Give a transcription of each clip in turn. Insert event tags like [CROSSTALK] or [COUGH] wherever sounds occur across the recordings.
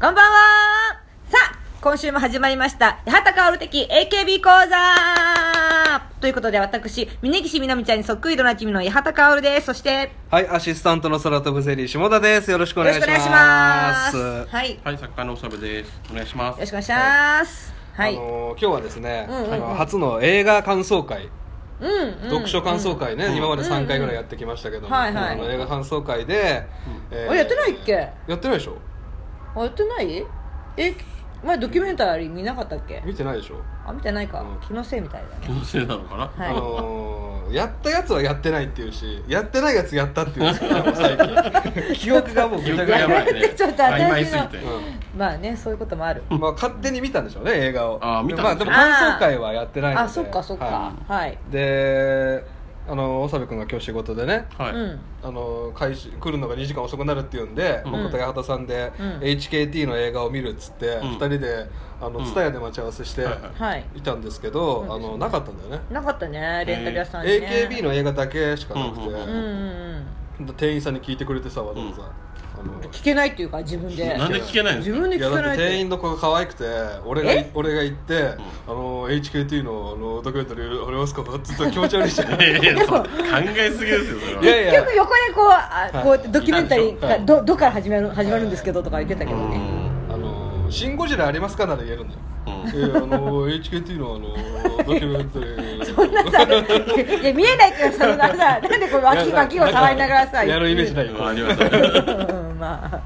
こんばんはさあ、今週も始まりました、八幡薫的 AKB 講座ということで、私、峯岸みなみちゃんにそっくりドな君の八幡薫です。そして、はい、アシスタントの空飛ぶゼリー下田です。よろしくおよろ願いししくお願いしま。ますす。はい。よはい、作家のおしゃべです。お願いします。ろしくお願いします。はい。あのー今日はですね、うんうんうんあの初の映画感想会、うん、うん。読書感想会ね、うん今まで3回ぐらいやってきましたけども、うんはいはいあの映画感想会で、えあれやってないっけやってないでしょあやってないえ、前ドキュメンタリー見なかったっけ見てないでしょ、あ、見てないかうん。気のせいみたいだね。気のせいなのかな。はいあのーやったやつはやってないっていうしやってないやつやったっていうんですよ [LAUGHS] もう最近 [LAUGHS] 記憶がもうぐちゃぐちゃや [LAUGHS] ばいねちょっと私の曖昧すぎて。うまあね、そういうこともある。んまあ、勝手に見たんでしょうね映画をあー見たまあんでですもね感想会はやってないのであ、そっかそっはかい。はい。であの長部君が今日仕事でねはい。うん。あの開始来るのが2時間遅くなるっていうんで、うん僕と八幡さんで、うん HKT の映画を見るっつって、ん二人であのうん TSUTAYA で待ち合わせして、はいいははい。たんですけど、あのなかったんだよねなかったね、レンタル屋さんに、ね。 AKB の映画だけしかなくて、うんうんうんうん店員さんに聞いてくれてさわざわざ、あのうん。聞けないっていうか、自分で。なんで聞けないんで自すか。分でいや聞けだなっいてって店員の子が可愛くて俺がえ俺が行って、あの HKT のあのドキュメンタリーありますかって言ったら気持ち悪いじゃん [LAUGHS] いやいやそう考えすぎですよ。それは。いやいや結局横でこうあはいこうやってドキュメンタリーはがいどどっから始まる始まるんですけどとか言ってたけうどねん。あの「シン・ゴジラありますか?」なら言えるんだようんえーあの HKT のあのドキュメンタリーそんなさいや見えないけどそのさなんでこう [LAUGHS] 脇脇を触りながらさ [LAUGHS] やるイメージないよありました [LAUGHS] ね。うんまあ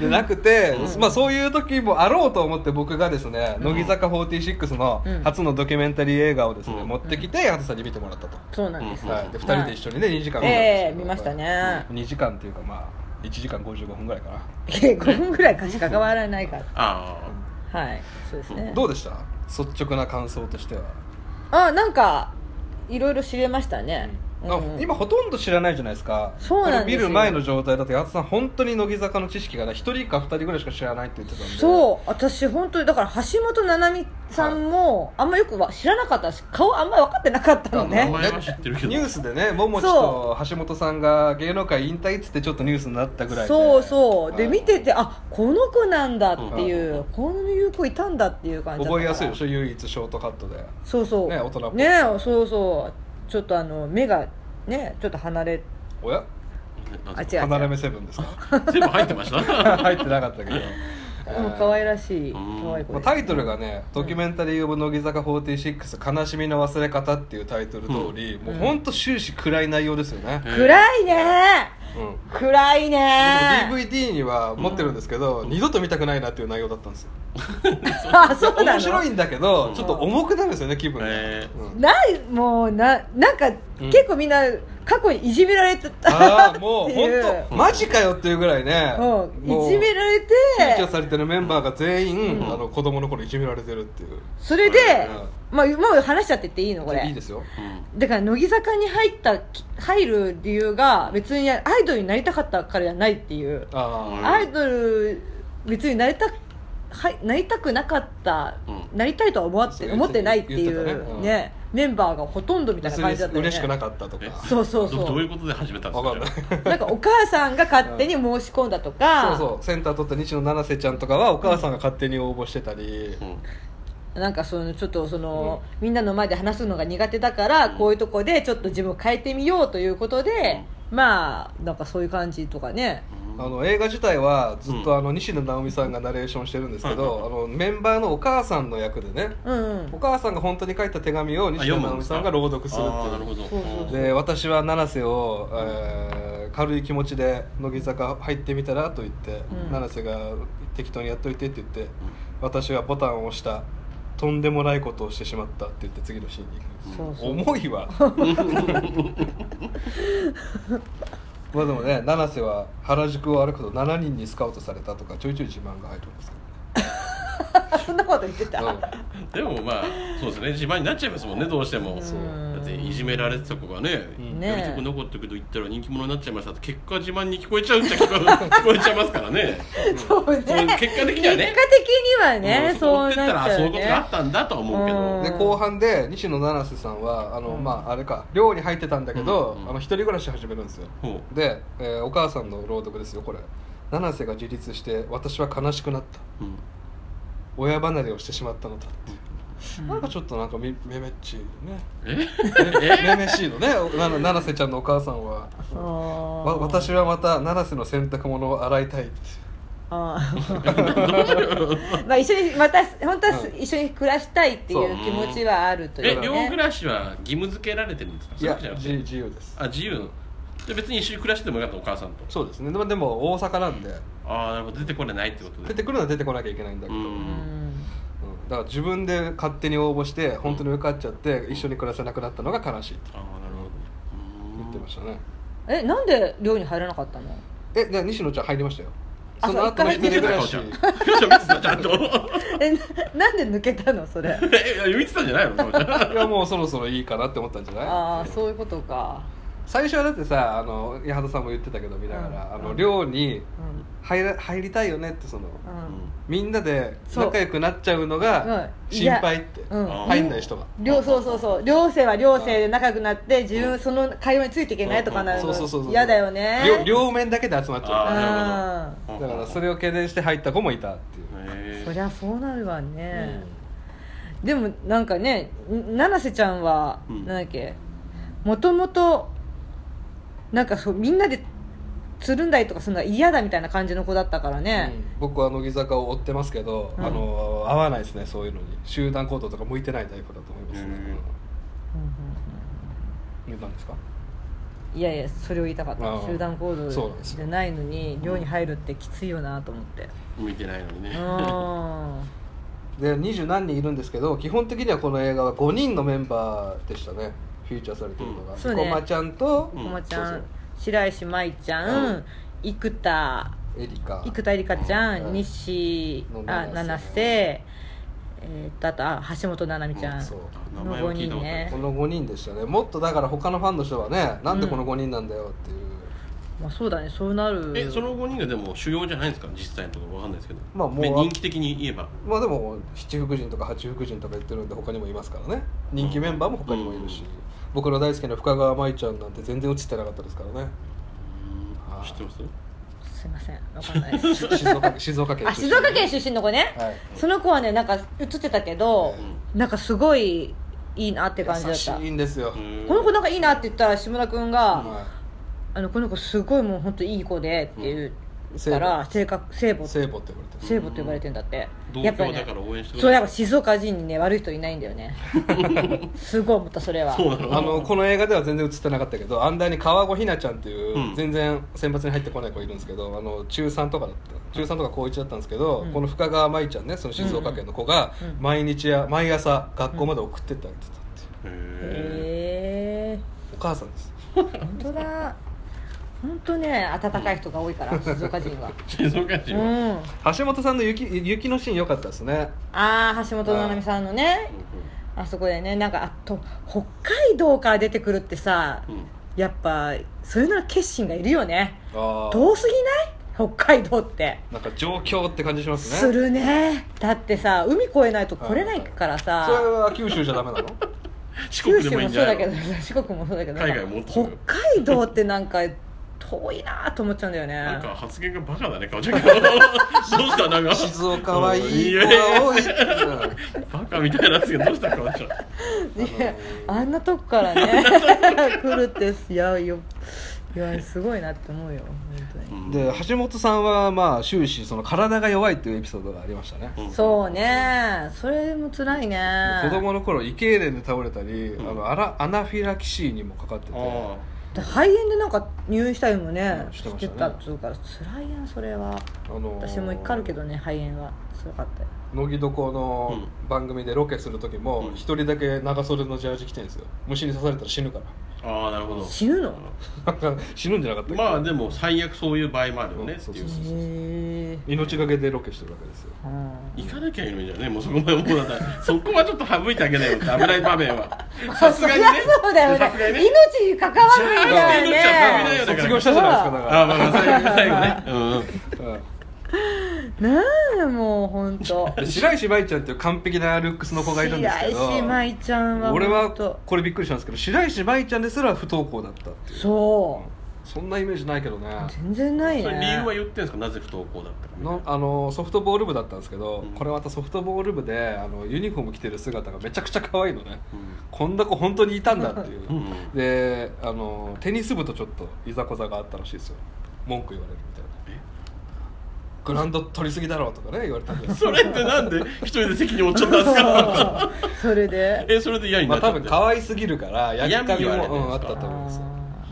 でなくて、まあ、そういう時もあろうと思って僕がですね、乃木坂46のうん初のドキュメンタリー映画をですね、うん持ってきて八幡さんに見てもらったと、そうなんです、うんはい、で2人で一緒にね2時間見たんですけええど見ましたね2時間っていうかまあ1時間55分ぐらいかな5分ぐらいしか関わらないからあはいそうですねどうでした率直な感想としては、あなんかいろいろ知れましたね、あうんうん今ほとんど知らないじゃないですかそうなんですよこれ見る前の状態だと八幡さん本当に乃木坂の知識がない1人か2人ぐらいしか知らないって言ってたんでそう私本当にだから橋本七海さんもあんまよくは知らなかったし顔あんまり分かってなかったのあ。ね名前は知ってるけど。ニュースでね桃地そと橋本さんが芸能界引退っつってちょっとニュースになったぐらいでそうそうではい見ててあこの子なんだっていううこのいう子いたんだっていう感じだったか覚えらやすいでしょ唯一ショートカットでそうそうね大人っぽいねそうそうちょっとあの目がねちょっと離れおやあ違う違離れう目セブンで [LAUGHS] すか全部入ってました。入ってなかったけどうん可愛らしいうん可愛い子まあですタイトルがね「ドキュメンタリー・オブ・乃木坂46悲しみの忘れ方」っていうタイトル通り、もうほんと終始暗い内容ですよね、 [LAUGHS] 暗いねうん暗いね僕 DVD には持ってるんですけど、二度と見たくないなっていう内容だったんですよあそうなの面白いんだけど、ちょっと重くなるんですよね気分が、えーうんないもうななんか、うん結構みんな過去にいじめられてたあってあいもうう本当マジかよっていうぐらいね、うん、いじめられて提供されてるメンバーが全員、うんあの子供の頃いじめられてるっていうそれで、まあ、もう話しちゃってっていいのこれいいですようんだから乃木坂に入ったき入る理由が別にアイドルになりたかったからじゃないっていう、あアイドル別になりたはいなりたくなかった、うなりたいとは思わっそうて言って思ってないってい言ってうたねねうんメンバーがほとんどみあたいな別感じだったによね嬉しくなかったとかえそうそうそうどどういうことで始めたんですか。わかんない [LAUGHS] なんかお母さんが勝手に申し込んだとそうか、そうセンター取った西野七瀬ちゃんとかはお母さんが勝手に応募してたり、うんなんかそのちょっとその、みんなの前で話すのが苦手だから、こういうとこでちょっと自分を変えてみようということで、まあなんかそういう感じとかねあの映画自体はずっうとあの西野直美さんがナレーションしてるんですけど、あのメンバーのお母さんの役でねうんお母さんが本当に書いた手紙をあ西読野直むんで美すさか。んが朗読するってあーいなうるほど。そうそうそうで私は七瀬を、えー軽い気持ちで乃木坂入ってみたらと言って、うん七瀬が適当にやっといてって言って、私はボタンを押したとんでもないことをしてしまったって言って次のシーンに行くそうそう重 [LAUGHS] いわまあでもね七瀬は原宿を歩くと7人にスカウトされたとかちょいちょい自慢が入るんですあそんなこと言ってた、けど、うんでもまあそうですね自慢になっちゃいますもんねどうしてもそうだっていじめられてた子がねうんねやりたく残ってくと言ったら人気者になっちゃいましたって結果自慢に聞こえちゃうっちゃ聞こえ聞こえちゃいますからね [LAUGHS] そうねそう結果的にはね結果的にはね、うんそ追うってっなたっらちゃうそういようことがあねったんだとは思うけうんどで後半で西野七瀬さんはあの、うんまああれか寮に入ってたんだけど、うんうんあの一人暮らし始めるんですよほで、えーお母さんの朗読ですよこれ七瀬が自立して私は悲しくなったうん親離れをしてしまったのだって、うんなんかちょっとなんかめめめっちいねえ [LAUGHS] めめめしいのね [LAUGHS] なな七瀬ちゃんのお母さんはわわ私はまた七瀬の洗濯物を洗いたいってあー [LAUGHS] まあ一緒にまた本当はうん一緒に暮らしたいっていう気持ちはあるといえう両暮ねらしは義務付けられてるんですかいそういうやわけじゃ自なくて自由ですあ自由のじゃあ別に一緒に暮らしてもよかったお母さんとそうですねでもでも大阪なんで、ああなるほど出てこれないってことで出てくるのは出てこなきゃいけないんだけど、ううんんうんだから自分で勝手に応募して本当に受かっちゃって一緒に暮らせなくなったのが悲しいってああなるほどうーん言ってましたね、えなんで寮に入らなかったのえで西野ちゃん入りましたよあその後そうの一一回入人って暮ら見てたしじゃんちゃん見てたちゃんとえななんで抜けたのそれえいや見てたん [LAUGHS] じゃないのそうじゃんいやもうそろそろいいかなって思ったんじゃないああそういうことか最初はだってさあの八幡さんも言ってたけど見ながら、うんあの寮にうん入ら入りたいよねってその、うんみんなで仲良くなっちゃうのがうん心配って、うん入んない人が、寮そうそうそう寮生は寮生で仲良くなって自分その会話についていけないとかなるそうそうそうそのう嫌だよね両両面だけで集まっちうゃあんうだからそれを懸念して入った子もいたっていう、へそーりゃそうなるわうねん、でもなんかねん七瀬ちゃんは、うんなんだっけもともとなんかそうみんなでつるんだりとかするのが嫌だみたいな感じの子だったからね、うん僕は乃木坂を追ってますけど、うんあの合わないですねそういうのに集団行動とか向いてないタイプだと思いますね、うんうんうん見たんですかうんいやいやそれを言いたかっあたあ集団行動そうなんですよじゃないのに寮に入るってきついよなと思って向いてないのにねうんで二十何人いるんですけど基本的にはこの映画は5人のメンバーでしたねフィーチャーされてるのが、うんそうねこまちゃんとうこんまちゃん、そう白石麻衣ちゃん、うん生田エリカ生田絵梨花ちゃん、うん西のあ七七瀬瀬えーっとあとあ橋本七海ちゃん、うんそう名前を聞いたことないこの5人でしたねもっとだから他のファンの人はねなんでこの5人なんだよっていう、まあ、そうだねそうなるえその5人がでも主要じゃないんですか実際のところわかんないですけどまあもうね人気的に言えばまあでも七福神とか八福神とか言ってるんで他にもいますからね人気メンバーも他にもいるし、うん僕の大好きな深川舞ちゃんなんて全然映ってなかったで [LAUGHS] すからね知ってますすいませんわかんないです [LAUGHS] 静岡静岡県あ静岡県出身の子ね、はいその子はねなんか映ってたけど、なんかすごいいいなって感じだっ優したいんですよ、うんこの子なんかいいなって言ったら島田君が、はあのこの子すごいもう本当いい子でっていうから、性格聖母い聖母って呼ばれてる聖母と呼ばれてんだって、同やっぱり郷だねから応援してくそうだやっさぱい静岡人にね悪い人いないんだよ [LAUGHS] ねすごい思ったそれはそうなのあのこの映画では全然映ってなかったけどあんだに川越ひなちゃんっていう、うん全然選抜に入ってこない子いるんですけどあの中3とかだった中3とか高1だったんですけど、うんこの深川舞ちゃんねその静岡県の子がうんうん毎日や毎朝学校まで送ってってあげてたっていう、へへえお母さんです本当だ本当ね温かい人が多いから静岡 [LAUGHS] 人はー静岡う人はん橋本さんの雪雪のシーン良かったですねああ橋本七海さんのねあそこでねなんかあと北海道から出てくるってさうんうんやっぱそういうのは決心がいるよねああ遠すぎない北海道ってなんか状況って感じしますねするねだってさ海越えないと来れないからさそれは九州じゃダメ [LAUGHS] なの四九国州でもいいもんそうじだゃないけどの [LAUGHS] 四国もそうだけど海外もっとなんか北海道ってなんか遠いなと思っちゃうんだよねなんか発言がバカだね顔ちゃんが [LAUGHS] どうしたなんか静岡はいい子が多いうんバカみたいなやつがどうした顔ちゃんいや [LAUGHS] あんなとこからね [LAUGHS] 来るっていやよいやすごいなって思うよ本当に、うんで橋本さんはまあ終始その体が弱いっていうエピソードがありましたね、うんそうねそれも辛いね子供の頃胃痙攣で倒れたり、うんあのアラアナフィラキシーにもかかっててあで肺炎でなんか入院したりもねうんししててた,、まっしたねつうから辛いやんそれはあのー私も一回あるけどね肺炎は辛かったよ乃木床の番組でロケする時もうん一、人だけ長袖のジャージ着てるんですよ虫に刺されたら死ぬからあああなるほど死ぬのなんか [LAUGHS] 死ぬんじゃなかったっけまあでも最悪そういう場合もあるよねってそういそううそうへえ命がけでロケしてるわけですよ行かなきゃいいのにじゃねもうそこまでもうだった [LAUGHS] そこはちょっと省いてあげないよ危ない場面はさすがにねそうだよねさすがにね命に関わるんだよじゃあ命は関わるねよだから卒業したじゃないですかだあかあまあまあ最後最後ねうんうんら、うんなんだもう本当で白石麻衣ちゃんっていう完璧なルックスの子がいるんですけど白石麻衣ちゃんは俺は本当これびっくりしたんですけど白石麻衣ちゃんですら不登校だったっていうそうそんなイメージないけどね全然ないそねれ理由は言ってんですかなぜ不登校だったかみたいのなあのソフトボール部だったんですけど、うんこれまたソフトボール部であのユニフォーム着てる姿がめちゃくちゃ可愛いのねうこんな子本当にいたんだっていう、んうんであのテニス部とちょっといざこざがあったらしいですよ文句言われるみたいなえグラウンド取りすぎだろうとかね言われたんですそれってなんで一人で責任負っちゃったんですか [LAUGHS] それで [LAUGHS] えそれで嫌にまなあっ多ちゃって分可愛すぎるからやりたみも、嫌味言われてるうんん、であすっかたと思うんですよ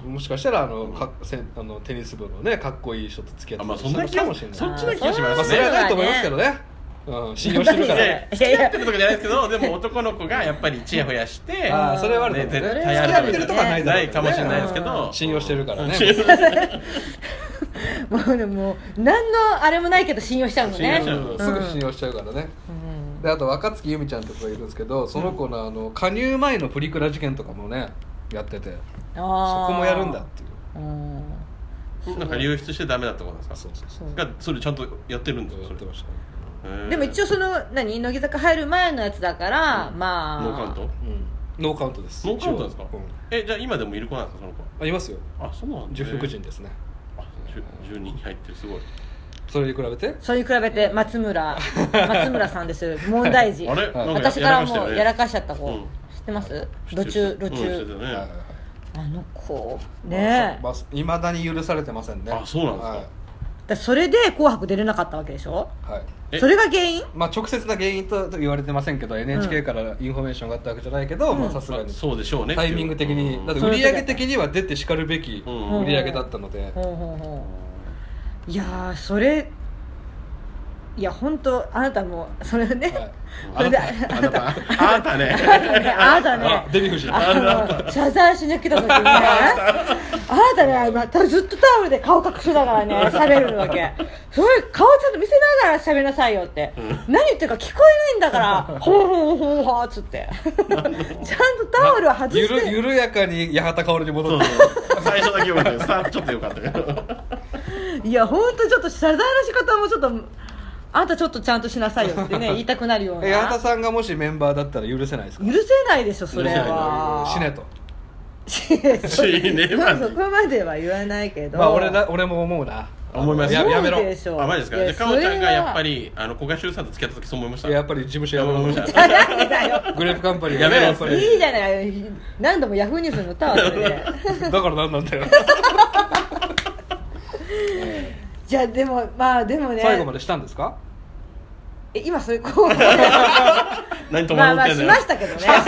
あーもしかしたらあのかせんあのテニス部のねかっこいい人と付き合あっまあてそんな気かがもしれないそっちな気がしままあすそれはねないと思いますけどね、うん、信用してるから、ねね付き合ってるとかじゃないですけどでも男の子がやっぱりチヤホヤしてああそれはあるねと思う絶それ対はあ付るき合ってるとかはないだろうないけどかねもしれないですけど信用してるからね信用もうでも何のあれもないけど信用しちゃうのね信用しちゃううんすぐ信用しちゃうからね、うんであと若月由美ちゃんとかいるんですけどその子のあの加入前のプリクラ事件とかもねやっててそあーこもやるんだっていううんなんか流出してダメだったことなんですそうかそうそそうがそれちゃんとやってるんですうよやそってれましたねへーでも一応その何乃木坂入る前のやつだから、まあノーカウントうんノーカウントですノーカウントですか一応うんえじゃあ今でもいる子なんですかその子ありますよあそうなん十福神でですね10人入ってるすごいそれに比べてそれに比べて松村松村さんです問題児あれはいなんか私からもうやらかかしちゃった子、うん知ってますし路たよね中路中、うんしてたよねはいはいはいあの子ねえまあそうまあいまだに許されてませんねあそうなんですかだそれで「紅白」出れなかったわけでしょはい、はいえそれが原因まあ、直接な原因とと言われてませんけど NHK からインフォメーションがあったわけじゃないけどまあさすがあにそうでしょうねタイミング的にうんだって売り上げ的には出てしかるべきうん売り上げだったのでほうほうほういやーそれいや本当あなたもうそれね、はいそれでああなた [LAUGHS] あなたねなたね [LAUGHS] あなたねあデヴィ夫人あの謝罪しに来た時にねあなたね今ずっとタオルで顔隠しながらね喋るわけそういう顔ちゃんと見せながら喋りなさいよって、何言ってるか聞こえないんだ [LAUGHS] からほうほうほうほうっつってちゃんとタオルを外ゆしるて緩やかに八幡薫に戻そっうてそう最初だけよかったよスタートちょっとよかったけどいや本当ちょっと謝罪の仕方もちょっとあなたちょっとちゃんとしなさいよって [LAUGHS] ね言いたくなるようえ八な幡さんがもしメンバーだったら許せないですか許せないでしょそれは死ねと死 [LAUGHS] ね死ねまでそこまでは言わないけどまあ俺だ俺も思うな思いますやそうやめろでしょあマジですかいやでかおちゃんがやっぱそれりあの古賀修さんと付き合った時そう思いましたいややっぱり事務所やめやめろろは [LAUGHS] なんでだよグレープカンパニーやめろやっぱり [LAUGHS] いいじゃない何度もヤフーニュースに載ったわそれ [LAUGHS] でだからなんなんだよじゃあでもまあでもね最後までしたんですかえ今そういう [LAUGHS] こう何ともまあ思まっあてんしだよましたけどねそりゃ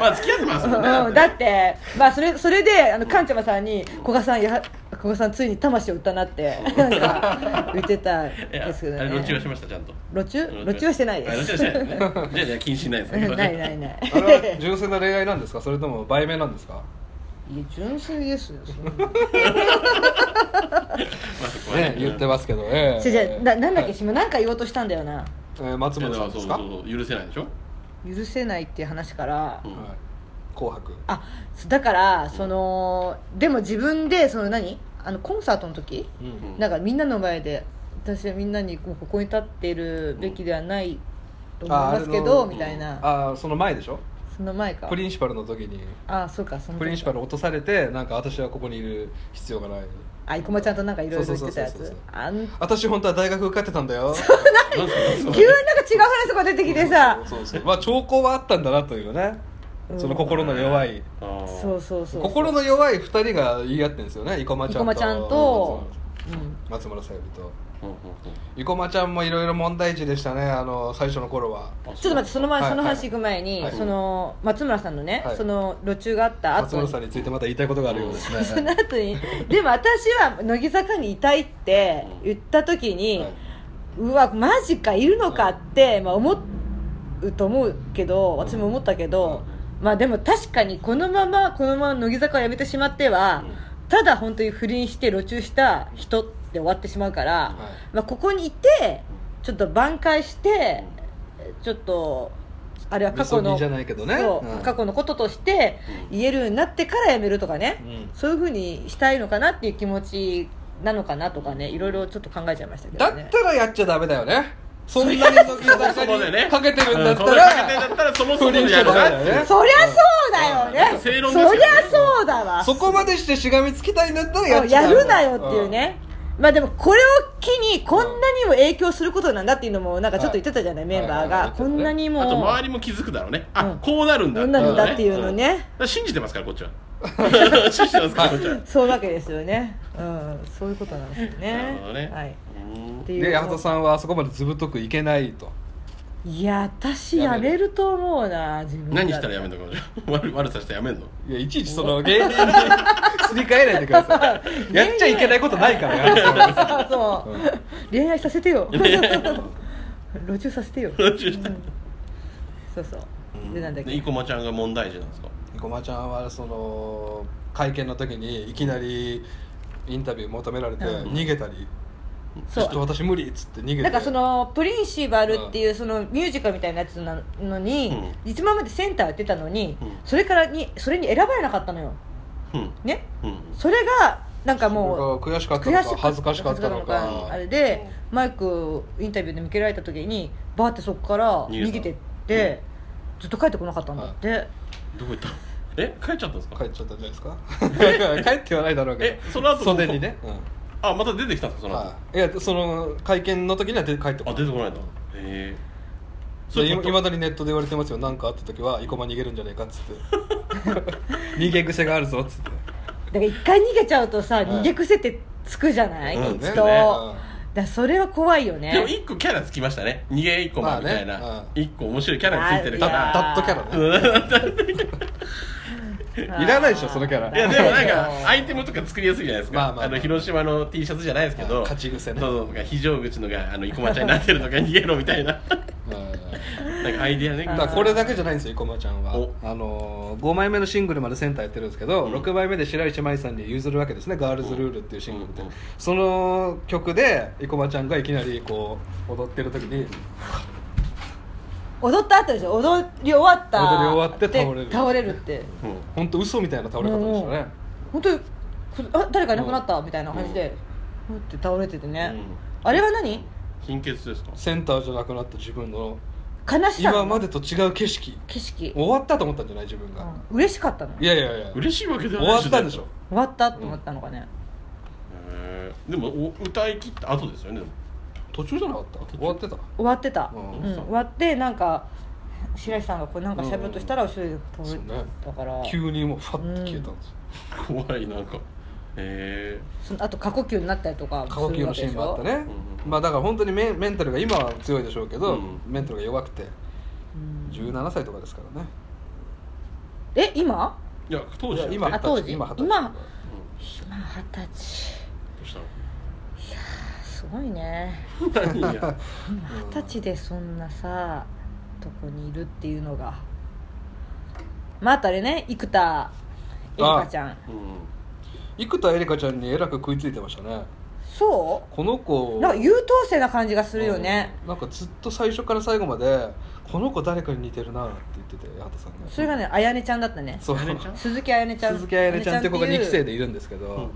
まあ付き合ってますもんねうん、だって、まあ、それそれであのカンチャマさんに「古賀さんや古賀さんついに魂を売ったな」ってなんか言ってたんいやですけどあねれ路中はしましたちゃんと路中路中はしてないであ路中はすしてないねじゃあじゃあ禁止ないですね [LAUGHS] ないないないあれは純粋な恋愛なんですかそれとも売名なんですかいや純粋ですよそ [LAUGHS] んなまあそこはね言ってますけどええじゃあななんだっけえ島なんか言おうとしたんだよなえ松いや本ださんですからそうそうかそう許せないでしょ許せないっていう話からうんはい紅白あだからそのでも自分でその何あのコンサートの時うんなんかみんなの前で私はみんなにこうここに立っているべきではないと思いますけああれどのみたいなああその前でしょその前かプリンシパルの時にあそうかその時プリンシパル落とされてなんか私はここにいる必要がないあいこまちゃんとなんかいろいろ言ってたやそうそうつそうそうあん私本当は大学受かってたんだよなんすか急になんか違う話が出てきてさ [LAUGHS] そうそうそうまあ兆候はあったんだなというねうんその心の弱いあーそうそうそう心の弱い二人が言い合ってるんですよね生駒いちこゃんとまちゃんとうん松村さゆりとうんうん生駒ちゃんもいろいろ問題児でしたねあの最初の頃はうんあちょっと待ってその前、はいその話行く前に、はいその松村さんのね、はいその路中があった松後村にさんについてまた言いたいことがあるようですねその後にでも私は乃木坂にいたいって言った時に、はいうわマジかいるのかって、まあ、思うと思うけど私も思ったけど、まあでも確かにこのままこのまま乃木坂を辞めてしまっては、ただ本当に不倫して路中した人って終わってしまうから、まあ、ここにいてちょっと挽回してちょっとあれは過去みそのぎじゃないけどねそううん過去のこととして言えるようになってからやめるとかね、うんそういうふうにしたいのかなっていう気持ちなのかなとかねいろいろちょっと考えちゃいましたけだどっねたらやっちゃダメだよねそんなに乃木そこまで坂ねにかけてるんだったうんかけてんだらったらそもそ不もで倫や者るだなよっていうねそりゃそうだよねうん正論ですよそねりゃそうだわそこまでしてしがみつきたいんだったらやっちゃやダメるなよっていうね、まあでもこれを機にこんなにも影響することなんだっていうのもなんかちょっと言ってたじゃない、はいメンバーが、はいはいはいこんなにもあと周りも気づくだろうねあ、うんこうなるんだこんなのだっていうのだかね、ら信じてますからこっちは信じてますからこっちはそういうわけですよね、うん、そういうことなんですよねなるほどねはい、うんっていうで八幡さんはあそこまでずぶとくいけないといや私やめると思うな自分だ何したらやめんのかもしれない悪悪さしたらやめんのいやいちいちその芸人にすり替えないでくださいやっちゃいけないことないからね八幡さんそうそう、うん恋愛させてよ [LAUGHS] 路中させてよ路中したうんそうそう、でなんだっで生け駒ちゃんが問題児なんですかごまちゃんはその会見の時にいきなりインタビュー求められてうん逃げたり、ちそょうっと私無理っつって逃げてなんかそのプリンシバルっていうそのミュージカルみたいなやつなのに、ういつもまでセンターやってたのに、うんそれからにそれに選ばれなかったのようんねうんそれがなんかもうもう悔しかったの悔しか恥ずかしかった恥のずかあれで、マイクインタビューで向けられた時にバーってそこから逃逃げたげてって、ずっと帰ってこなかったんだって、どこ [LAUGHS] 行ったえ帰っちゃったんですか帰っちゃったんじゃないですか [LAUGHS] 帰ってはないだろうけどえその後袖にね、うんあまた出てきたんですかその後はい、いやその会見の時には出て帰ってこあない出てこないんだへえそれいまだにネットで言われてますよ何かあった時は「生駒逃げるんじゃねえか」っつって [LAUGHS] 「逃げ癖があるぞ」っつっだてから一回逃げちゃうとさ、い逃げ癖ってつくじゃない、うん一度、ねだからそれは怖いよねでも一個キャラつきましたね逃げ一個ま前あみねたいな一個面白いキャラついてるダかあらダットキャラねあーいらないでしょそのキャラいやでもなんかアイテムとか作りやすいじゃないですまあまかあまああの広島の T シャツじゃないですけあど勝ち癖ねそうそうなんか非常口のがあの生駒ちゃんになってるのが逃げろみたいなうんなんかアイディアねだからこれだけじゃないんですよ生駒ちゃんはおあのー5枚目のシングルまでセンターやってるんですけど、うん6枚目で白石麻衣さんに譲るわけですね「ガールズルール」っていうシングルで、うんうんその曲で生駒ちゃんがいきなりこう踊ってる時に踊った後でしょ踊り終わった踊り終わって倒れるで倒れるってうん本当嘘みたいな倒れ方でしたね、本当にこあ誰かいなくなったみたいな感じでふって倒れててね、うんあれは何貧血ですかセンターじゃなくなった自分の悲しさ今なのまでと違う景色景色、終わったと思ったんじゃない自分が、うん嬉しかったのい終やいやいや嬉しいわけでは終ないわったんでしょわったと思ったのかね、へーでもお歌い切った後ですよねでも途中じゃなかった途中終わってた終わってた、ううんん終わってなんか白石さんがこうなんか喋ろうとしたら後ろで倒それうねてたから、急にもうファッて消えたんですよ、怖いなんかへえそのあと過呼吸になったりとか過呼吸のシーンもあったするわけでしょ、ね、うんまあだから本当にメンメンタルが今は強いでしょうけど、うんメンタルが弱くてうん17歳とかですからね、え今いや当時いや今あ当時今二十歳今うん今二十歳どうしすごいねた [LAUGHS] の何や二十歳でそんなさとこにいるっていうのがまああとあれね生田絵梨花ちゃんうん生田絵梨花ちゃんにえらく食いついてましたねそこのう子なんか優等生な感じがするよね、うんなんかずっと最初から最後までこの子誰かに似てるなって言ってて八幡さんがそれがねあやねちゃんだったねそうあやねちゃん鈴木あやねちゃん鈴木彩音ちゃんって子が2期生ででいるんですけど、うんうんあの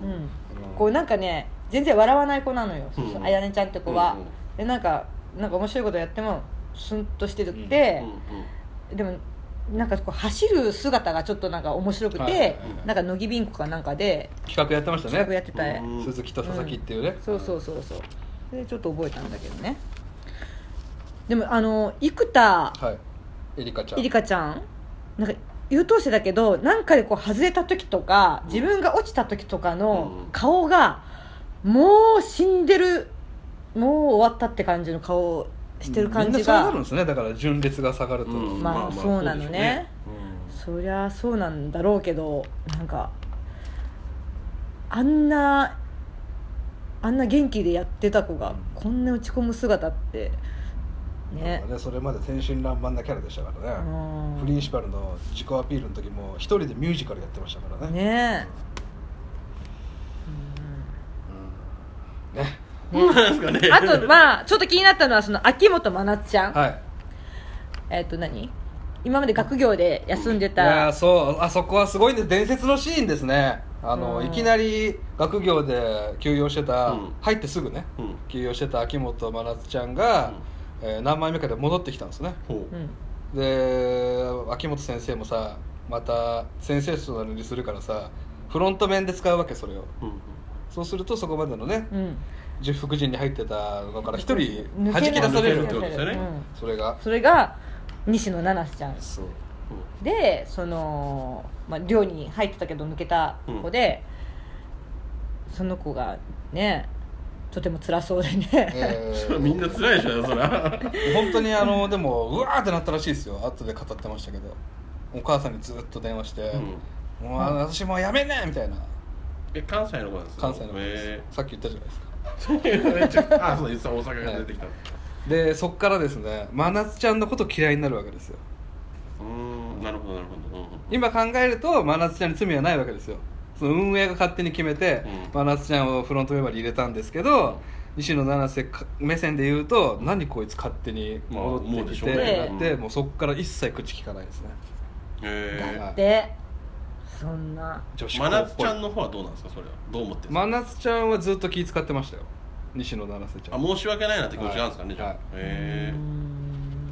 こうなんかね全然笑わない子なのよ、うんあやねちゃんって子は、うんうんでなんかなんか面白いことやってもスンとしてるって、でもなんかこう走る姿がちょっとなんか面白くて、はいはいはいなんか乃木凛子かなんかで企画やってました企画やねってた、うん鈴木と佐々木っていうね、そうそうそうそうそれでちょっと覚えたんだけどねでもあの生田はいエリカちゃん絵梨花ちゃんなんか優等生だけどなんかでこう外れた時とか自分が落ちた時とかのうん顔がもう死んでるもう終わったって感じの顔をしてる感みんじなそうながるんですねだから純烈が下がると、うんまあまあまあそうなのねうんそりゃそうなんだろうけどなんかあんなあんな元気でやってた子がこんな落ち込む姿ってなんねかねそれまで天真爛漫なキャラでしたからね、うんプリンシパルの自己アピールの時も一人でミュージカルやってましたからねねねそうなんですかねえあとまあちょっと気になったのはその秋元真夏ちゃんはいえっ、と何今まで学業で休んでいやーたそうあそこはすごいね伝説のシーンですねあの、うんいきなり学業で休養してた、うん入ってすぐね、うん休養してた秋元真夏ちゃんが、えー何枚目かで戻ってきたんですねほう、うんで秋元先生もさまたセンセーショナルにするからさフロント面で使うわけそれをうんうんそうするとそこまでのねうん十福神に入ってたのから一人抜弾き出されるってことですよねうんそれがそれが西野七瀬ちゃんそうでその、まあ、寮に入ってたけど抜けた子で、その子がねとても辛そうで [LAUGHS] ね、えそれ [LAUGHS] みんーな辛いでしょそりゃ本当にあのでもうわーってなったらしいですよ後で語ってましたけどお母さんにずっと電話して「うんもうあ私もうやめんね!」みたいなえ関西の子なんですか関西の方でえすさっき言ったじゃないですかー、あそうです大阪から出てきた、でそっからですね真夏ちゃんのこと嫌いになるわけですようーんなるほどなるほど、う今考えると真夏ちゃんに罪はないわけですよその運営が勝手に決めて、う真夏ちゃんをフロントメンバーに入れたんですけど、西野七瀬か目線で言うと何こいつ勝手に戻ってきてまあ思うでしょうねなってうんもうそっから一切口聞かないですねん、えだってそんな女子ー、高っぽ真い夏ちゃんの方はどうなんですかそれはどう思ってるんですか真夏ちゃんはずっと気使ってましたよ西野七瀬ちゃあん申し訳ないなって気持ちがあるんですかね、はいじゃあ、はいえうん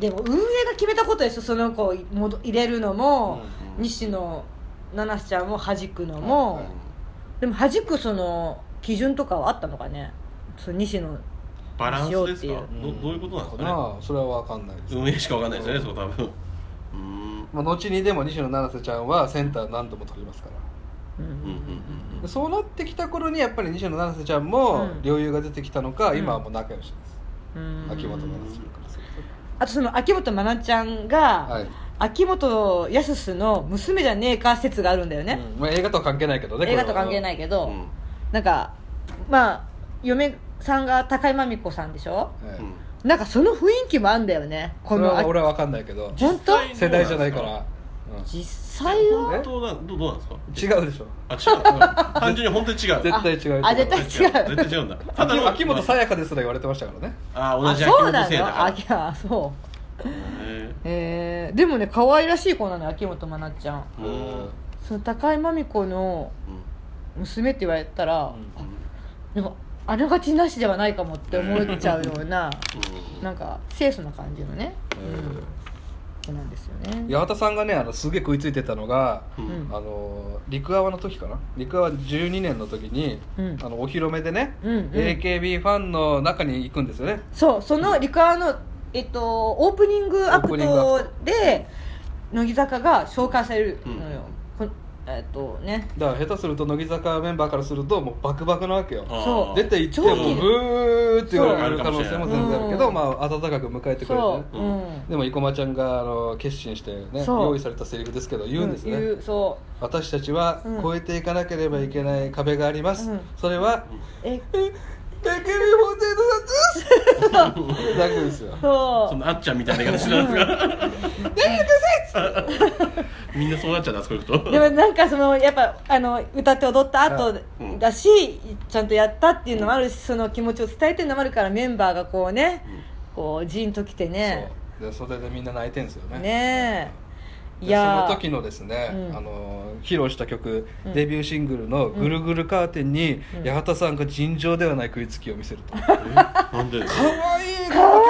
でも運営が決めたことでしょその子を戻入れるのも、うん西野七瀬ちゃんを弾くのうも、んはいでも弾くその基準とかはあったのかねそう西野バランスですしよかうっどどういうことなんですかねなあそれは分かんないです、運営しかわかんないですよねそう多分うーんまあ、後にでも西野七瀬ちゃんはセンター何度も取りますからうんうんうんでそうなってきた頃にやっぱり西野七瀬ちゃんもうん領有が出てきたのか、うん今はもう仲良しです、うん秋元七瀬ちゃんからするあとその秋元真奈ちゃんが、とはい、秋元康の娘じゃねえか説があるんだよね、うんまあ、映画とは関係ないけどね、映画と関係ないいけうど、んうんなんかまあ嫁さんが高井真美子さんでしょはいうんなんかその雰囲気もあんだよねこそれのは俺は分かんないけど本当実際世代じゃないから、実際は本当だどうどうなんですかうん違うでしょあ違う単純に本当に違う絶対違うああ絶対違う絶対違うんだただ秋の秋元さやかですら言われてましたからねあ同あじ秋そう元な生だのか秋あそうらへえー、でもね可愛らしい子なのよ秋元真奈ちゃんーうんその高井真美子の娘って言われたら、なんかあながちなしではないかもって思っちゃうようななんか清楚な感じのね、うん、子なんですよね八幡さんがねあのすげえ食いついてたのが、うんうんあの陸泡の時かな陸泡12年の時に、うんあのお披露目でね、うんうん AKB ファンの中に行くんですよねそうそのリカーの、えっと、オープニングアクオープニングアトクで乃木坂が紹介されるのよ、こんえっとねだから下手すると乃木坂メンバーからするともうバクバクなわけよあーそう出て行っても長期うブーって言われる可能性も全然あるけど、うんまあ、温かく迎えてくれてそねう、ううんんでも生駒ちゃんがあの決心して、ね、そう用意されたセリフですけど言うんですね、言うそ私たちはうん越えていかなければいけない壁があります、うんそれはうえ AKB48 さんですだけですよそそんうなあっちゃんみたいな言い方してたんですが [LAUGHS] みんなそうなっちゃうんだあそこ行くとでもなんかそのやっぱあの歌って踊った後うんだし、ちゃんとやったっていうのもあるしその気持ちを伝えてるのもあるからメンバーがこうね、こうジーンときてねそうでそれでみんな泣いてんですよねねえでいやーその時のですね、うんあの披露した曲、うんデビューシングルの「ぐるぐるカーテン」に、八幡さんが尋常ではない食いつきを見せるとかえなんでわいいかわ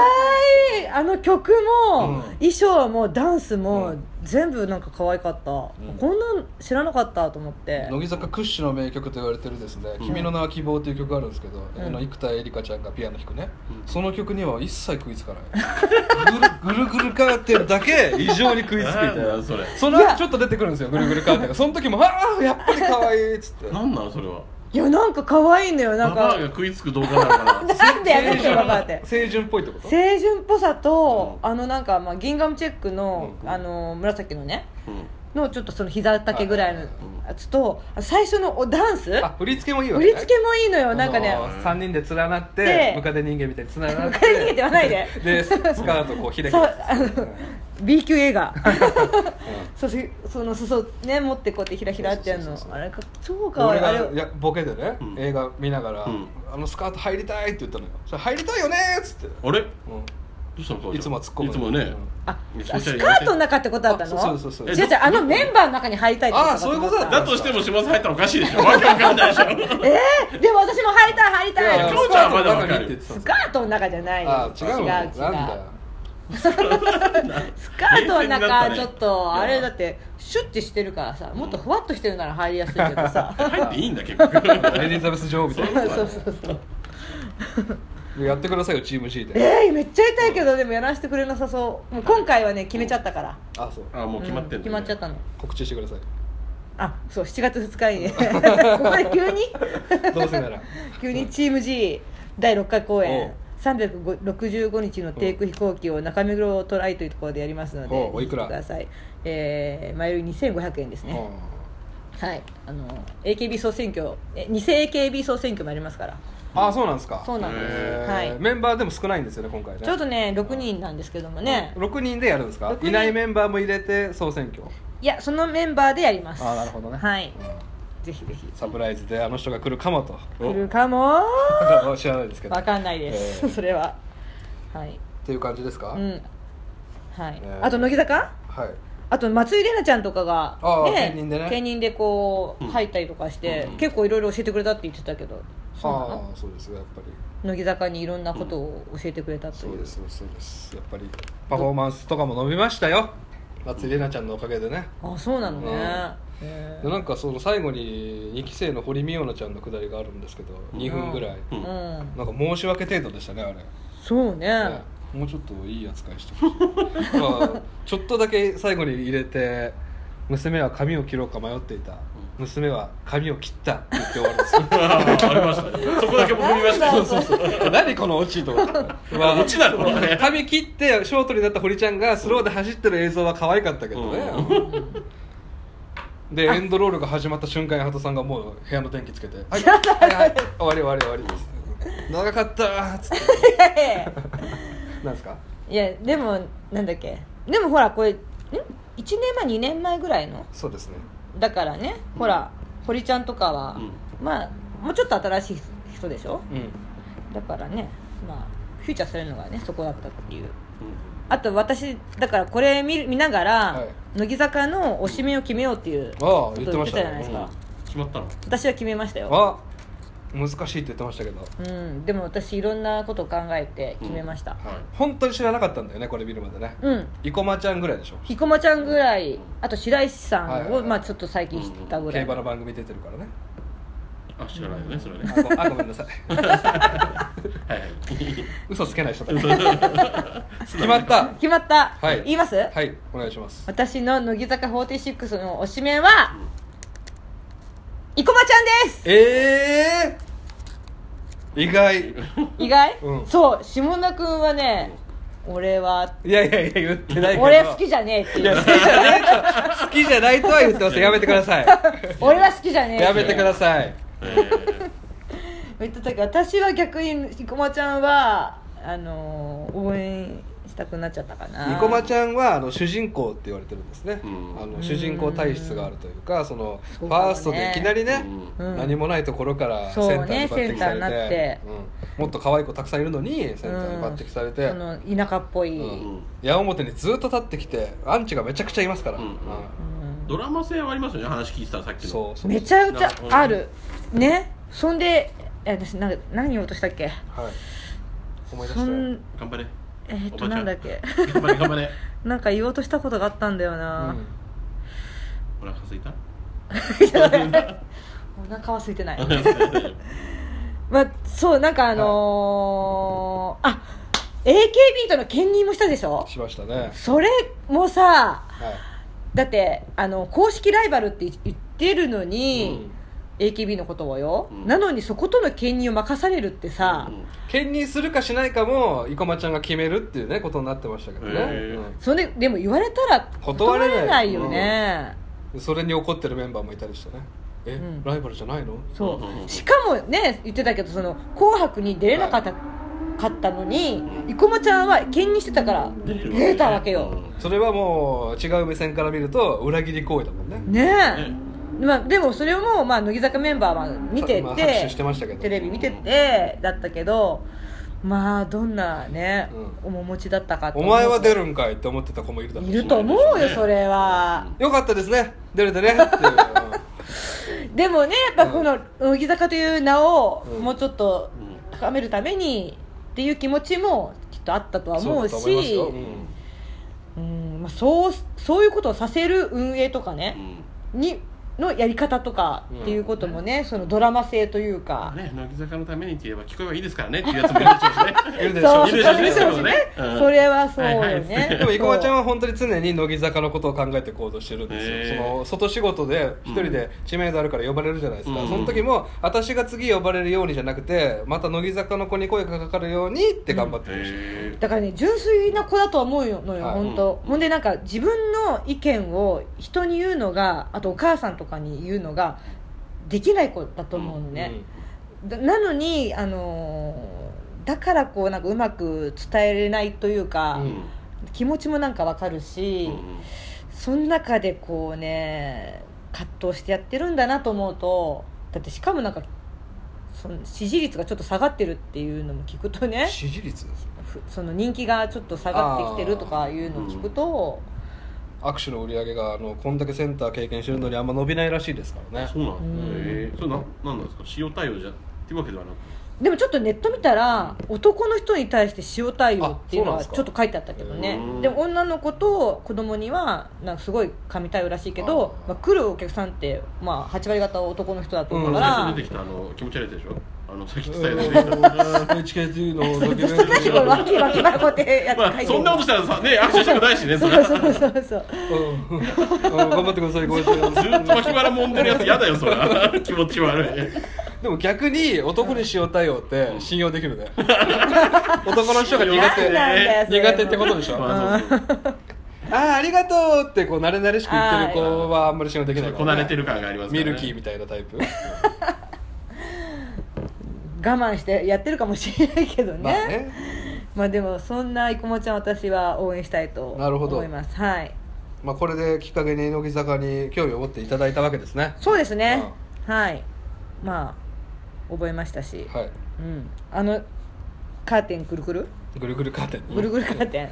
いいあの曲も、うん衣装もダンスも、うん全部なんか可愛かった、んこんなん知らなかったと思って乃木坂屈指の名曲と言われてるですね「うん君の名は希望」という曲があるんですけど、んあの生田絵梨花ちゃんがピアノ弾くね、うんその曲には一切食いつかないぐるぐるぐるカーテンだけ異常に食いつくみたいなんなだそれその後ちょっと出てくるんですよぐるぐるカーテンがその時も「ああやっぱり可愛いっつってなんなんそれはいやなんか可愛いのよなバんバアかが食いつく動画だからなんでやめてよババアって清純っぽいってこと清純っぽさと、うんあのなんか、まあ、ギンガムチェックの、うんあの紫のねうんのちょっとその膝丈ぐらいのはいやつと、最初のおダンスあ振り付けもいいわ振け、り付けもいいのよなんかね [LAUGHS] 3人で連なっでてムカデ人間みたいに連なっムてカデ人間って言わないででスカートこうひらひそうらあの B 級映画 [LAUGHS] そうそその裾ね持ってこうやってひらひらってやるのそうそうそうそうあれか超かわい俺いあがれいやボケでね、うん映画見ながら、うんあのスカート入りたい」って言ったのよ「それ入りたいよね」っつって、あれうんうしたのかおちゃんいつもは突っ込むいつもねあうんスカートの中ってことだったのあそうそうそうそう違う違うあのメンバーの中に入りたいってことあそういうことだっただとしても島津入ったらおかしいでしょわけわかんないでしょえでも私も入りたい入りいたやいかおちゃんはまだわかるスカートの中にって言ってたんスカートですよの中じゃないよあ違うのなん違うだスカートの冷静になった中ねちょっとあれだってシュッてしてるからさもっとふわっとしてるなら入りやすいけど [LAUGHS] さ入っていいんだ結局エリザベス女王みたいそなうそうそうやってくださいよチーム C でえー、めっちゃ痛いけどでもやらせてくれなさそうもう今回はね決めちゃったからあそうあもう決まってんだ、ね決まっちゃったの告知してくださいあそう7月2日にね [LAUGHS] [LAUGHS] ここで急にどうせ [LAUGHS] なら急にチーム G 第6回公おう演365日のテイク飛行機を中目黒トライというところでやりますのでおうおいくら見てくださいえー、前より2500円ですねはいあの AKB 総選挙え偽 AKB 総選挙もありますからああそうなんですかそうなんへです、ーはい、メンバーでも少ないんですよね今回ねちょうどね6人なんですけどもね6人でやるんですか六人いないメンバーも入れて総選挙いやそのメンバーでやりますあーなるほどねはいうんぜひぜひサプライズであの人が来るかもと [LAUGHS] 来るかもー知らないですけどわかんないです、え [LAUGHS] ーそれははいっていう感じですかうはいんはい、えーあと乃木坂あと松井玲奈ちゃんとかがあー兼任でね兼任でこううん入ったりとかして、うん結構いろいろ教えてくれたって言ってたけどそうなあのあそうですよやっぱり乃木坂にいろんなことを教えてくれたといそうう,、ですそうですやっぱりパフォーマンスとかも伸びましたよ夏井玲奈ちゃんのおかげでねあそうなのね、うんえでなんかその最後に2期生の堀美央奈ちゃんのくだりがあるんですけど2分ぐらい、うーんうんなんか申し訳程度でしたねあれ、そうねねもうちょっといい扱いしてほしいまあちょっとだけ最後に入れて娘は髪を切ろうか迷っていた娘は髪を切ったって言って終わるんですよあーありましたねそこだけ僕見ましたなんよだろう [LAUGHS] 何このオチと思ってまあオチなの [LAUGHS] ね髪切ってショートになった堀ちゃんがスローで走ってる映像は可愛かったけどね、でエンドロールが始まった瞬間に鳩さんがもう部屋の電気つけ [LAUGHS] て「はい、はいはい終わり終わり終わり」です長かったーっつってなんですか [LAUGHS] いやでもなんだっけでもほらこれん1年前2年前ぐらいのそうですねだからねほら堀ちゃんとかは、まあもうちょっと新しい人でしょうんだからねまあフィーチャーされるのがねそこだったっていうあと私だからこれ見る見ながら、は乃木坂のおしめを決めようっていうああこと言ってましたじゃないですか、決まったの私は決めましたよあ難しいって言ってましたけどうんでも私いろんなことを考えて決めましたはい本当に知らなかったんだよねこれ見るまでねうん、生駒ちゃんぐらいでしょ彦摩ちゃんぐらいあと白石さんを、はいはいはいまあ、ちょっと最近知ったぐら競い、馬の番組出てるからねあ知らないよねそれねあごあ [LAUGHS] ごめんなさいはいはい嘘つけない人 [LAUGHS] だ決まった決まった、はい言います、はいお願いします私の乃木坂46の推しメンは、生駒ちゃんですええー、意外意外、うんそう下田君はね俺はいやいやいや言ってないけど俺好きじゃねえっていいうや好きじゃないと好きじゃないとは言ってますやめてください俺は好きじ [LAUGHS] ゃねえってやめてくださいえ言ってたけど私は逆に生駒ちゃんはあのー応援したくなっちゃったかな生駒ちゃんはあの主人公って言われてるんですね、うんあの主人公体質があるというかそのそフうかもねァーストでいきなりね、うんうん何もないところからセそうンターにね抜擢さセれンターになってて、うんもっと可愛い子たくさんいるのにセンターに抜擢されて、その田舎っぽい、うんうん矢面にずっと立ってきてアンチがめちゃくちゃいますから、うんうんードラマ性はありますよね話聞いてたらさっきのそうそうめちゃくちゃあなるるねそんでえ私なんか何言おうとしたっけはい思い出しそたよん頑張れえーっおばちゃとんなんだっけ頑張れ頑張れなんか言おうとしたことがあったんだよな、 [LAUGHS] お腹すいたお腹は空いてない大丈夫まあ、そうなんかあのーあ AKB との兼任もしたでしうょんしましたね、それもさはいだってあの公式ライバルって言ってるのに、う AKB のことをよ、うんなのにそことの兼任を任されるってさ、うんん、兼任するかしないかも生駒ちゃんが決めるっていうねことになってましたけどね、へーうんそれでも言われたら断断れないれないよね、それに怒ってるメンバーもいたりしてねえ、うんライバルじゃないのそう、うんうんうんしかもね言ってたけどその「紅白」に出れなかった,、かったのにうん生駒ちゃんは兼任してたから出れるわけね出たわけよ、それはもう違う目線から見ると裏切り行為だもんねねうんえねまあ、でもそれも、まあ、乃木坂メンバーは見てまあて拍手してましたけどテレビ見ててだったけどまあどんなね、面持ちだったかとお思うと前は出るんかいって思ってた子もいるだろういしると思うよそれは、よかったですね出れてね [LAUGHS] っていう、でもねやっぱこの乃木坂という名をうんもうちょっとうん高めるためにっていう気持ちもきっとあったとはそ思だうと思いますしようんまあそうそういうことをさせる運営とかうね、んにのやり方とかっていうこともね、そのドラマ性というか、ね、乃木坂のためにって言えば聞こえばいいですからねっていうやつもいるでしょうしね [LAUGHS] いるでしそょういそるうででしょうねしょうね、うんそれはそうよね、はいはいでも生駒ちゃんは本当に常に乃木坂のことを考えて行動してるんですよ、へーその外仕事で一人で知名度あるから呼ばれるじゃないですか、うんその時も私が次呼ばれるようにじゃなくてまた乃木坂の子に声がかかるようにって頑張ってました、へだからね純粋な子だとは思うのよ、はい本当、うんほんでなんか自分の意見を人に言うのがあとお母さんとかに言うのができない子だと思うのね、だなのにあのーだからこうなんかうまく伝えれないというか、ううんん気持ちもなんかわかるし、うんその中でこうね葛藤してやってるんだなと思うとだってしかもなんかその支持率がちょっと下がってるっていうのも聞くとね支持率ふその人気がちょっと下がってきてるとかいうのを聞くと、握手の売り上げがあのこんだけセンター経験してるのにあんま伸びないらしいですからねそうなんですねうんへえそれななんなんですか塩対応じゃっていうわけではなくでもちょっとネット見たら男の人に対して塩対応っていうのあそうなんではすかちょっと書いてあったけどねうんでも女の子と子供にはなんかすごい神対応らしいけどあーまあ、来るお客さんって、まあ、8割方男の人だと思うか最ら、初出てきたあの気持ち悪いやつでしょあのさっきう伝んえてた HKT のドキュメンタリ結ー構わけわけわこってやってまあそんなこととしたらさね握手したくないしねそそれうそうそうそううんうん頑張ってください [LAUGHS] こうやってずっと脇腹揉んでるやつ嫌だよそれ [LAUGHS] 気持ち悪いでも逆に男に塩対応って信用できるね男の人がそ苦うなんだよ手それ苦手ってことでしょあまあそうそうあありがとうってこう慣れ慣れしく言ってる子はあんまり信用できちょなっいとかこらなねれてる感がありますかミらねルキーみたいなタイプ我慢してやってるかもしれないけどね,、ままああ、ねでもそんな生駒ちゃん私は応援したいとなるほど思いますはいまあこれできっかけに乃木坂に興味を持っていただいたわけですねそうですね、はいまあ覚えましたし、はいうん、あのカーテンくるくるぐるぐるカーテンぐるぐるカーテン、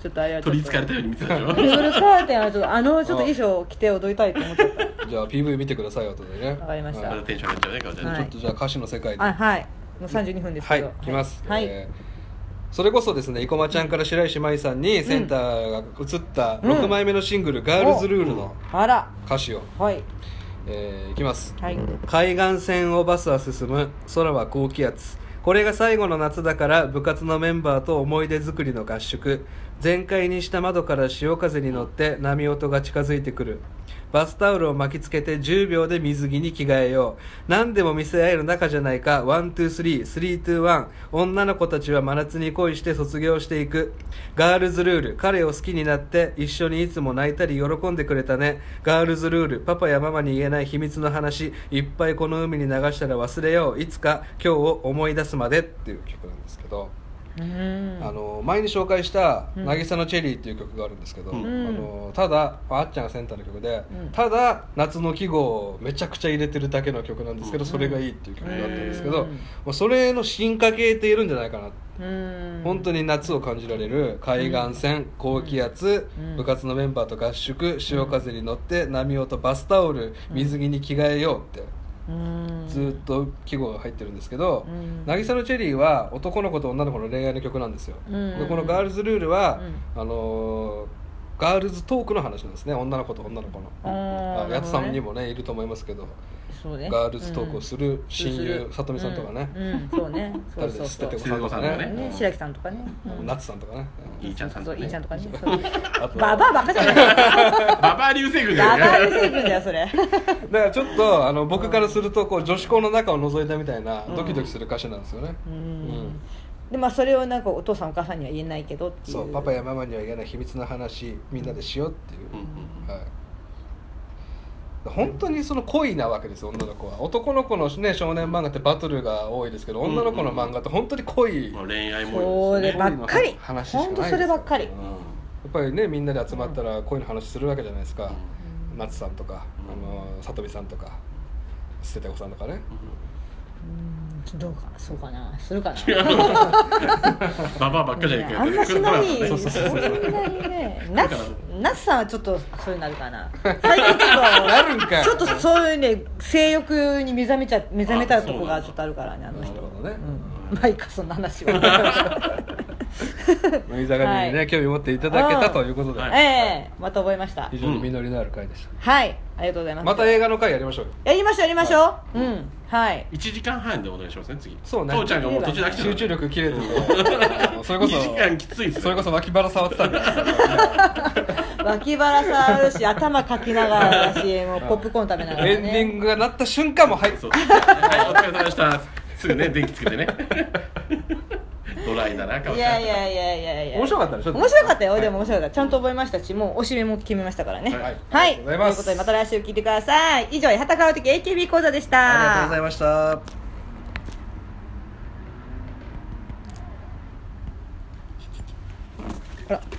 ちょっとあれはちょっ取とりつかれたように見てたでしょぐるぐるカーテンはちょっとあのちょっと衣装を着て踊りたいと思っちゃ [LAUGHS] っじゃあ PV 見てください後でねわかりましたまはいだテンション上がっちゃうねかおちゃんねはいちょっとじゃあ歌詞の世界にたあはいもう32分ですはけいど来ます、はい、えーそれこそですね生駒ちゃんから白石麻衣さんにセンターが映ったうん6枚目のシングル「ガールズルール」のあら歌詞を、はいえーいきますはい海岸線をバスは進む空は高気圧これが最後の夏だから部活のメンバーと思い出作りの合宿全開にした窓から潮風に乗って波音が近づいてくるバスタオルを巻きつけて10秒で水着に着替えよう何でも見せ合える仲じゃないかワンツースリースリートゥーワン女の子たちは真夏に恋して卒業していくガールズルール彼を好きになって一緒にいつも泣いたり喜んでくれたねガールズルールパパやママに言えない秘密の話いっぱいこの海に流したら忘れよういつか今日を思い出すまでっていう曲なんですけど、うんあの前に紹介した「うん渚のチェリー」っていう曲があるんですけど、うんあのただあっちゃんがセンターの曲で、うんただ夏の季語をめちゃくちゃ入れてるだけの曲なんですけど、うんそれがいいっていう曲があったんですけど、うんまあそれの進化系っているんじゃないかなってうん本当に夏を感じられる海岸線、高気圧、うん部活のメンバーと合宿潮風に乗って波音バスタオル水着に着替えようってうんずーっと季語が入ってるんですけどうん「渚のチェリー」は男の子と女の子の恋愛の曲なんですよ、うんでこの「ガールズルールは」あのーガールズトークの話なんですね女の子と女の子のあーあやつさんになるもねいると思いますけどほどねそうねガールズトークをするうん親す友るさとみさんとかねうんうんそう [LAUGHS] ねそう誰そうですそってうこさんとかねねね白木さんとかねうん夏さんとかねいいちゃんさんそとういいちゃんとかねあ [LAUGHS] とババアバカじゃないバババア流星群だバアよ流ね星群だよそれだからちょっとあの僕からするとこう女子校の中を覗いたみたいなドキドキする歌詞なんですよね、ううんんでまあそれをなんかお父さんお母さんには言えないけどっていうそうパパやママには言えない秘密の話みんなでしようっていう、うんうんはい本当にその恋なわけですよ女の子は男の子の、ね、少年漫画ってバトルが多いですけど女の子の漫画って本当に恋、まやあ恋愛もそよれねばっかり話しかない本当そればっかりっぱりねみんなで集まったら恋の話するわけじゃないですか、夏さんとか、うあんのさとみさんとか捨ててこさんとかね、うんどうかそうかなするかなババアばっかじゃねえかあんましないねそんなにねナだからスナスさんはちょっとそういうなるか [LAUGHS] な最近ちょっとなるんかいちょっとそういうね性欲に目覚めちゃ目覚めたとこがちょっとあるからねあの人なるほどねうんまあいいかそんな話は乃木坂にね、はい興味持っていただけたうんということで、はい [LAUGHS] ええまた覚えました非常に実りのある回でした、はいありがとうございますまた映画の回やりましょうよやりましょうやりましょううんはい1時間半でお願いしますね次そうね父ちゃんがもう途中で飽きて集中力切れてるあのそれ2こそ時間きついっすねそれこそ脇腹触ってたんですけど脇腹触るし頭かきながらだしもうポップコーン食べながらねエンディングが鳴った瞬間も入ってそうはいお疲れ様でしたすぐね電気つけてね [LAUGHS] ドライだなかいやいやいやいやいや面白かったでしょ面白かったよ、はいでも面白かったちゃんと覚えましたしもうおしめも決めましたからねはいはい、ありとがとうございいまうすことでまた来週聞いてください以上八幡川的 AKB 講座でしたありがとうございましたほら